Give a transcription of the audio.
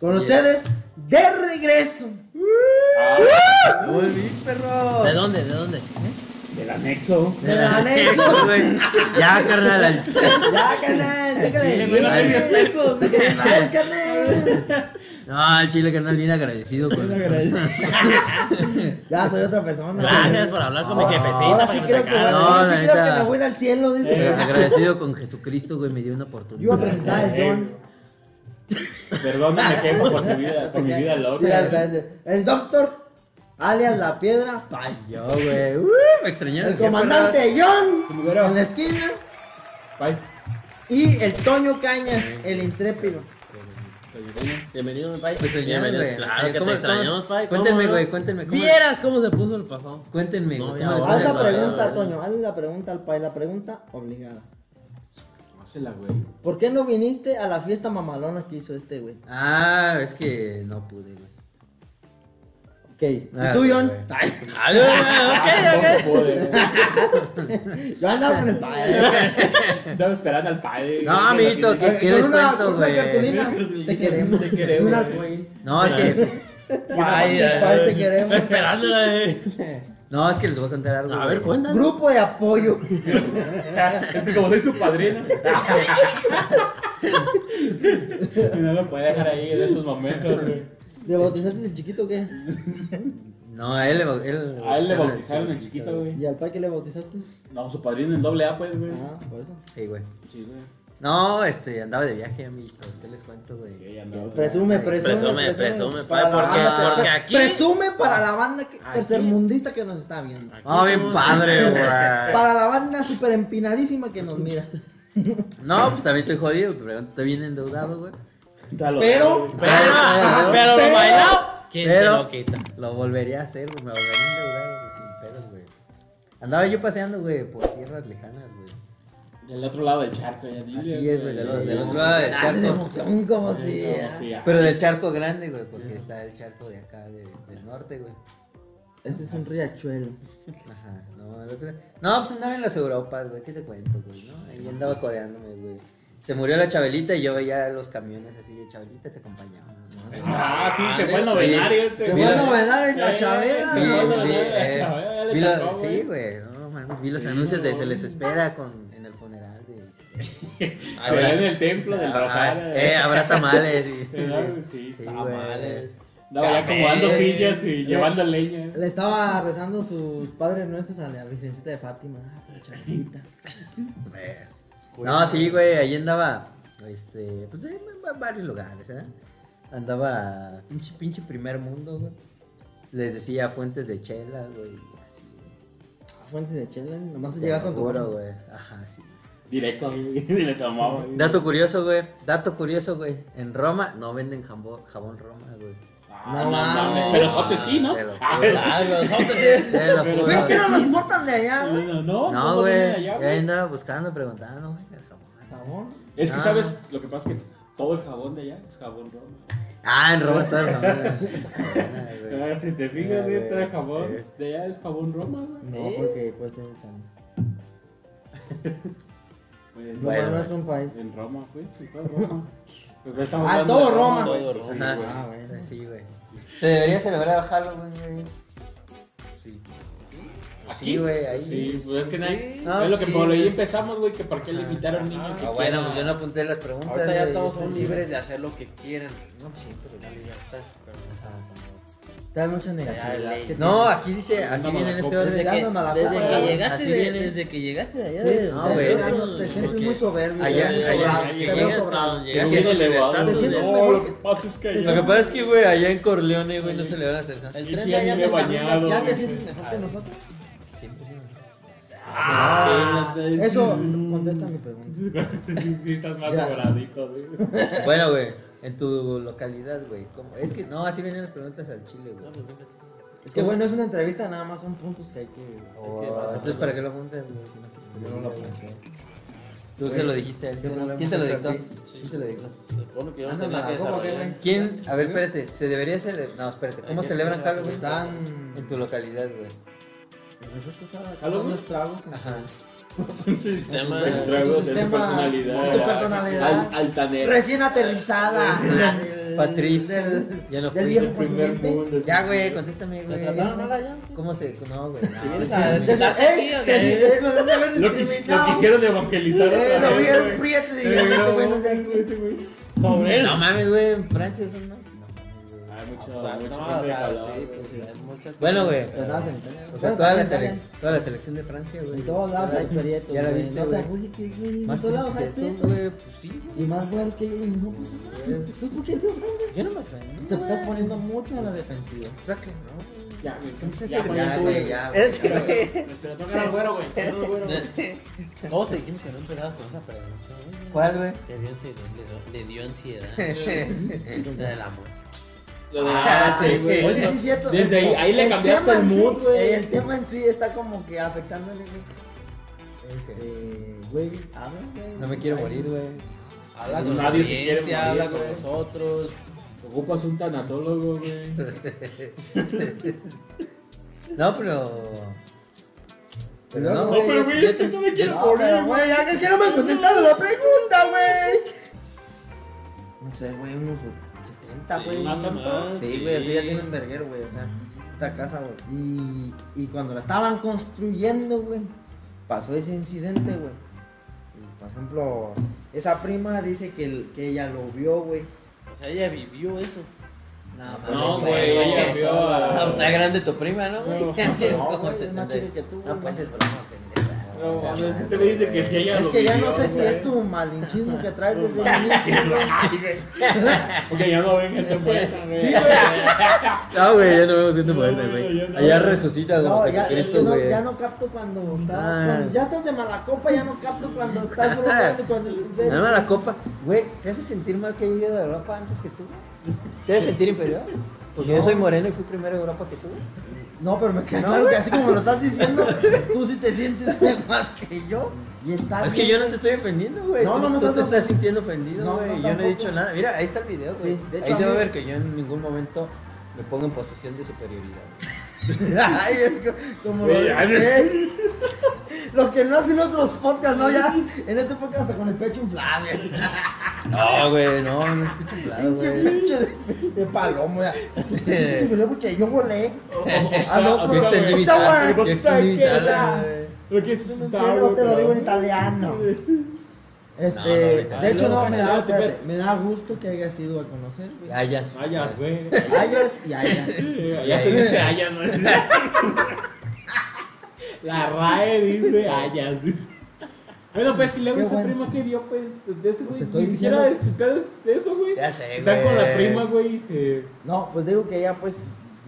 Con ustedes, de regreso. Ah, Volví, perro. ¿De dónde? ¿De dónde? del anexo. Del anexo, güey. Ya, carnal. al- Ya, carnal, sácale. Sí, güey, no hay diez. pesos. Sácale diez, carnal. No, el chile, carnal, bien agradecido. Con... Ya soy otra persona. Ah, Gracias por hablar con mi jefecita. Ahora para sí que me creo que, sacara. bueno, No, ahora sí la creo que me neta. voy al cielo, Eh, dice. Agradecido con Jesucristo, güey, me dio una Yo iba a oportunidad. presentar al John. Perdóname, jefe, por mi vida, por mi vida Sí, al loca. parecer. el doctor, alias la piedra, pal. Yo, güey. uh, me extrañaron. El qué comandante John Primero. en la esquina. Bye. Y el Toño Cañas, el intrépido. Pues, Bienvenido, mi pai. Bienvenidos, Claro que te ¿Cómo están? extrañamos, pai. ¿cómo Cuéntenme, no? güey, cuéntenme. ¿cómo Vieras cómo se puso el pasado. Cuéntenme, No, güey, ya, ¿cómo les va. Haz fue en la el pregunta, pasado? Toño. Haz la pregunta al pai, la pregunta obligada. Hazla, güey. ¿Por qué no viniste a la fiesta mamalona que hizo este güey? Ah, es que no pude, güey. Ok. ¿Y Ah, tú, sí, John? güey. Ay, Ah, güey, güey, ok, ok. Tampoco eh. pude, güey. yo andaba con el pai. Estaba esperando al padre. No, amiguito, que ¿qué, qué les Con una- cuento, con una güey? cartulina. Te queremos. Te queremos, Un güey. arcoíris. No, es que, Ay, ay, pai, ay. te queremos. Esperándola, eh. no, es que les voy a contar algo. A ver, güey. cuéntanos. Grupo de apoyo. Es que como soy su padrino. no lo puede dejar ahí en estos momentos, güey. ¿De bautizaste el chiquito o qué? No, a él le, bau- él, A él le bautizaron el chiquito, güey. ¿Y al pai que le bautizaste? No, su padrino en doble A, pues, güey. Ah, por eso. Sí, güey. Sí, güey. No, este, andaba de viaje, amiguitos. ¿Qué les cuento, güey? Sí, ya no. Presume, presume. Presume, presume, para pai, la porque- banda, porque pre- aquí- Presume para la banda que- tercermundista que nos está viendo. Ah, bien padre, güey. Para la banda super empinadísima que nos mira. No, pues también estoy jodido, pero estoy bien endeudado, güey. Quítalo, Pero- güey. Pero, Pero- pero pero- lo bailó. ¿Quién te pero- lo quita? Lo volvería a hacer, güey. Me volvería a endeudar, güey, sin pedos, güey. Andaba yo paseando, güey, por tierras lejanas, güey. Del otro lado del charco, ya dile. Así es, güey, del, Sí, del no. otro lado del Hace de charco. emoción como si. No, sí, ya. Pero del charco grande, güey, porque está el charco de acá, de- del norte, güey. Ese es un riachuelo. Ajá, no, el otro... No, pues andaba en las Europas, güey, ¿qué te cuento, güey? ¿no? Ahí andaba codeándome, güey. Se murió la Chabelita y yo veía los camiones así de Chabelita, te acompañaba. ¿no? Ah, sí, se fue el Ándale, novenario. güey. este, Se güey. fue a novedad en la Eh, Vi, Sí, chavera. no, vi, no, eh, la Chabela le vi lo- tocó, sí, güey. güey, no mames, vi los Sí, anuncios de no. Se les espera con, en el funeral de... A ver, en el templo del Rosario. Ah, eh, habrá tamales y... Sí, sí, Sí, tamales. güey. Andaba ya Café. acomodando sillas y llevando leña. Le estaba rezando sus padres nuestros a la Virgencita de Fátima. Ah, pero chavita. Eh, No, sí, güey, ahí andaba, este, pues en va- varios lugares, ¿eh? Andaba pinche, pinche primer mundo, güey. Les decía fuentes de chela, güey, y así, güey. Ah, Fuentes de chela, nomás Pues llegas con tu Seguro, güey. Ajá, sí. Directo, güey, directo a mamá, güey. Dato curioso, güey, dato curioso, güey. En Roma no venden jambó- jabón Roma, güey. Ah, No no mames, mames. Pero sote sí, ¿no? Te lo juro. Ah, Ah, los otros sí. Te lo Pero juro, Güey, Claro ¿qué güey. no nos portan de allá, güey? No, no, No, no viene güey. allá, Yo ahí andaba buscando, preguntando, güey, el jabón. Jabón. Es que, Ah. ¿sabes? Lo que pasa es que todo el jabón de allá es jabón Roma. Ah, en Roma está el jabón. güey. Ah, si te fijas, Ah, güey, güey. todo el jabón Eh. de allá es jabón Roma, güey. No, porque puede ser tan. Pues, Roma Bueno. no es un país. En Roma, güey, sí, todo Roma. Pues, estamos Ah, hablando todo de Roma. güey. Todo Roma. Sí, Ajá. güey. Ah, bueno. Sí, güey. Se debería celebrar Halloween, güey. Sí. Sí, ¿Aquí? güey, ahí. Sí, pues es que nadie- No, es lo que sí, por ahí pues- empezamos, güey, que para qué limitar a un niño. que Ah, bueno, quiera- pues yo no apunté las preguntas. Ahorita ya güey, todos yo son soy- libres de hacer lo que quieran. No, pues sí, pero la libertad, pero no estaba como- Te dan mucha Ya, negatividad. ley. ¿Qué No, tienes? aquí dice, así No, viene en este tampoco. orden. Desde Ah, que- desde que llegaste de- desde que llegaste de allá. Sí, Sí, no, te- güey. te- te- Te sientes muy soberbio. Allá- te- allá- te- allá- Te veo allá- sobrado. Es Es que que- elevado. Te güey. sientes No, mejor lo que que- pasa es que te Lo que allá- pasa es que, güey, allá en Corleone, güey, no se le van a hacer. El El tren tren sí, ya ya se se bañado. Ya te güey. sientes mejor que nosotros. Siempre, siempre. Ah, Eso contesta mi pregunta. Sí, estás más Gracias. sobradito, güey. Bueno, güey, en tu localidad, güey, ¿cómo? Es que, no, así vienen las preguntas al chile, güey. pues, Es que, güey, no es una entrevista, nada más son puntos que hay que. Oh, ¿Qué pasa? entonces, ¿para qué lo apuntas, güey? Si no quieres que lo diga, güey. Tú Güey, se lo dijiste a él. ¿qué ¿no? problema ¿Quién te lo tienes dictó? así? ¿Quién te lo dictó? Supongo que yo no Ándale, tenía que ¿cómo que, desarrollar. güey? ¿Quién? A ver, espérate. ¿Se debería celebrar? No, espérate. ¿Cómo Hay que celebran empezar a Halloween? Están. En tu localidad, güey. El refresco está acá. ¿Algo? Son los tragos. Ajá. Sistema- Entonces, Estragos tu de tu sistema, personalidad. tu personalidad. Al- altanera. Recién Eh, aterrizada. del- Patri. Del, Ya no del fui. viejo El primer continente. mundo. Ya, güey, contéstame, ¿Te güey. trataron mal allá? ¿Cómo se.? No, güey. no. Si vienes a Ya Ah, se- desquitarte aquí, ¡Ey! o Se qué? eh, nos han de haber Lo, quis- lo discriminado. quisieron evangelizar. Eh, lo otra vi vez, el güey. prieto y Sí, dijeron, güey, "Este güey no es de güey, aquí". este güey. Sobre él. No mames, güey, en Francia eso no. No mames, güey. Hay O mucho, sea, mucho Ah, pues, no, o gente sea, calada, sí, güey. pues, hay muchas- Bueno, güey. Pero nada, se me sale. O sea, Bueno, toda, la también sele- sale. toda la selección de Francia, güey. En todos lados Ya hay la- prietos. Ya la güey. viste, No te güey. agüites, güey. En Más todos lados hay pinches que prietos. tú, güey. Pues sí, güey. Y más güey que hay. No pasa nada. ¿Tú por qué te ofendes? Yo no me ofendí. Te estás güey. poniendo mucho a la defensiva. O sea que no. Ya, pues, güey. ¿Qué empezaste Ya, a güey, gritar, tú, güey? Ya, güey. Espera, toca el güero, güey. Toca el güero, güey. Todos te dijimos que no empezabas con esa pregunta. güey. ¿Cuál, güey? Le dio ansiedad. Le dio, le dio ansiedad. Era el amor. Lo de- Ah, sí, güey. Oye, sí es cierto. Desde ahí- ahí le cambiaste tema el en sí, mood, güey. El tema en sí está como que afectándole, güey. Este, güey, habla, güey. No me quiero morir, güey. Habla con Pues Nadie Nadie se la quiere audiencia, morir, habla con güey. nosotros. Ocupas un tanatólogo, güey. No, pero. Pero no, No, güey, pero, yo- güey, yo es que te- no me yo- quiero No, pero, güey, ya que- que no me contestaron la pregunta, güey. No sé, güey, unos 70, güey. ah, tanto. Sí, güey, así Sí. ya tienen verguero, güey, o sea, esta casa, güey. Y, y cuando la estaban construyendo, güey, pasó ese incidente, güey. Y, Por ejemplo, esa prima dice que, el- que ella lo vio, güey. O sea, ella vivió eso. No, pues, No, güey, güey, ella güey. vio No, a. Ah, está grande tu prima, ¿no, güey? No, No, ¿Cómo güey, se es más entiende? chica que tú, No, güey. pues es broma, pendeja. No, Ya mames, sabes, este güey dice que güey. si ella Es lo que ya vivió, no sé si güey. es tu malinchismo que traes desde el Sí, inicio, güey. güey. Porque ya no ven gente muerta, güey. Ah, Sí, No, Ah, güey, ya no vemos gente muerta, güey, ya güey. no. Allá resucita como No, ya, es que Jesucristo, no, güey. ya no capto cuando estás. Ah. cuando ya estás de mala copa, ya no capto cuando estás bromeando y cuando es en Nada serio. más la copa. Güey, ¿te hace sentir mal que he vivido de Europa antes que tú? güey? ¿Te hace sentir inferior? Porque yo soy moreno y fui primero de Europa que tú. güey. No, pero me queda claro que así como lo estás diciendo, tú sí te sientes más que yo. Y está Es que bien, yo no güey. te estoy ofendiendo, güey. Ah, No, tú, no me tú estás te of- estás sintiendo ofendido, No, güey. no, yo no he tampoco. dicho nada. Mira, ahí está el video, güey. Sí, de hecho, ahí se a va a mí- ver que yo en ningún momento me pongo en posición de superioridad. Ay, es que- como lo, Güey, ay, eh, lo que no hacen otros podcasts, ¿no? Ya en este podcast hasta con el pecho inflado. güey. No, güey, no, no es pinche inflado, Pinche güey. pinche de, de palomo, ya. Te sientes inferior porque yo volé. Ah, Ah, no, Yo extendí mis Esa, alas, güey, yo extendí mis ¿qué? alas, O sea, güey. Lo que es Yo está, no entiendo, te lo güey, digo en pero- italiano. No, no, Este, ahorita. de hecho no, me da, Espérate, espérate. espérate, me da gusto que hayas ido a conocer, güey. Hayas. Hayas, güey. Hayas y hayas. Sí, allá se dice hayas, ¿no? La RAE dice hayas. Bueno, pues si luego Qué esta bueno. prima que dio, pues, de ese güey, estoy ni siquiera diciendo el pedo es de eso, güey. Ya sé, Está con la güey. prima, güey, y se... No, pues digo que ella pues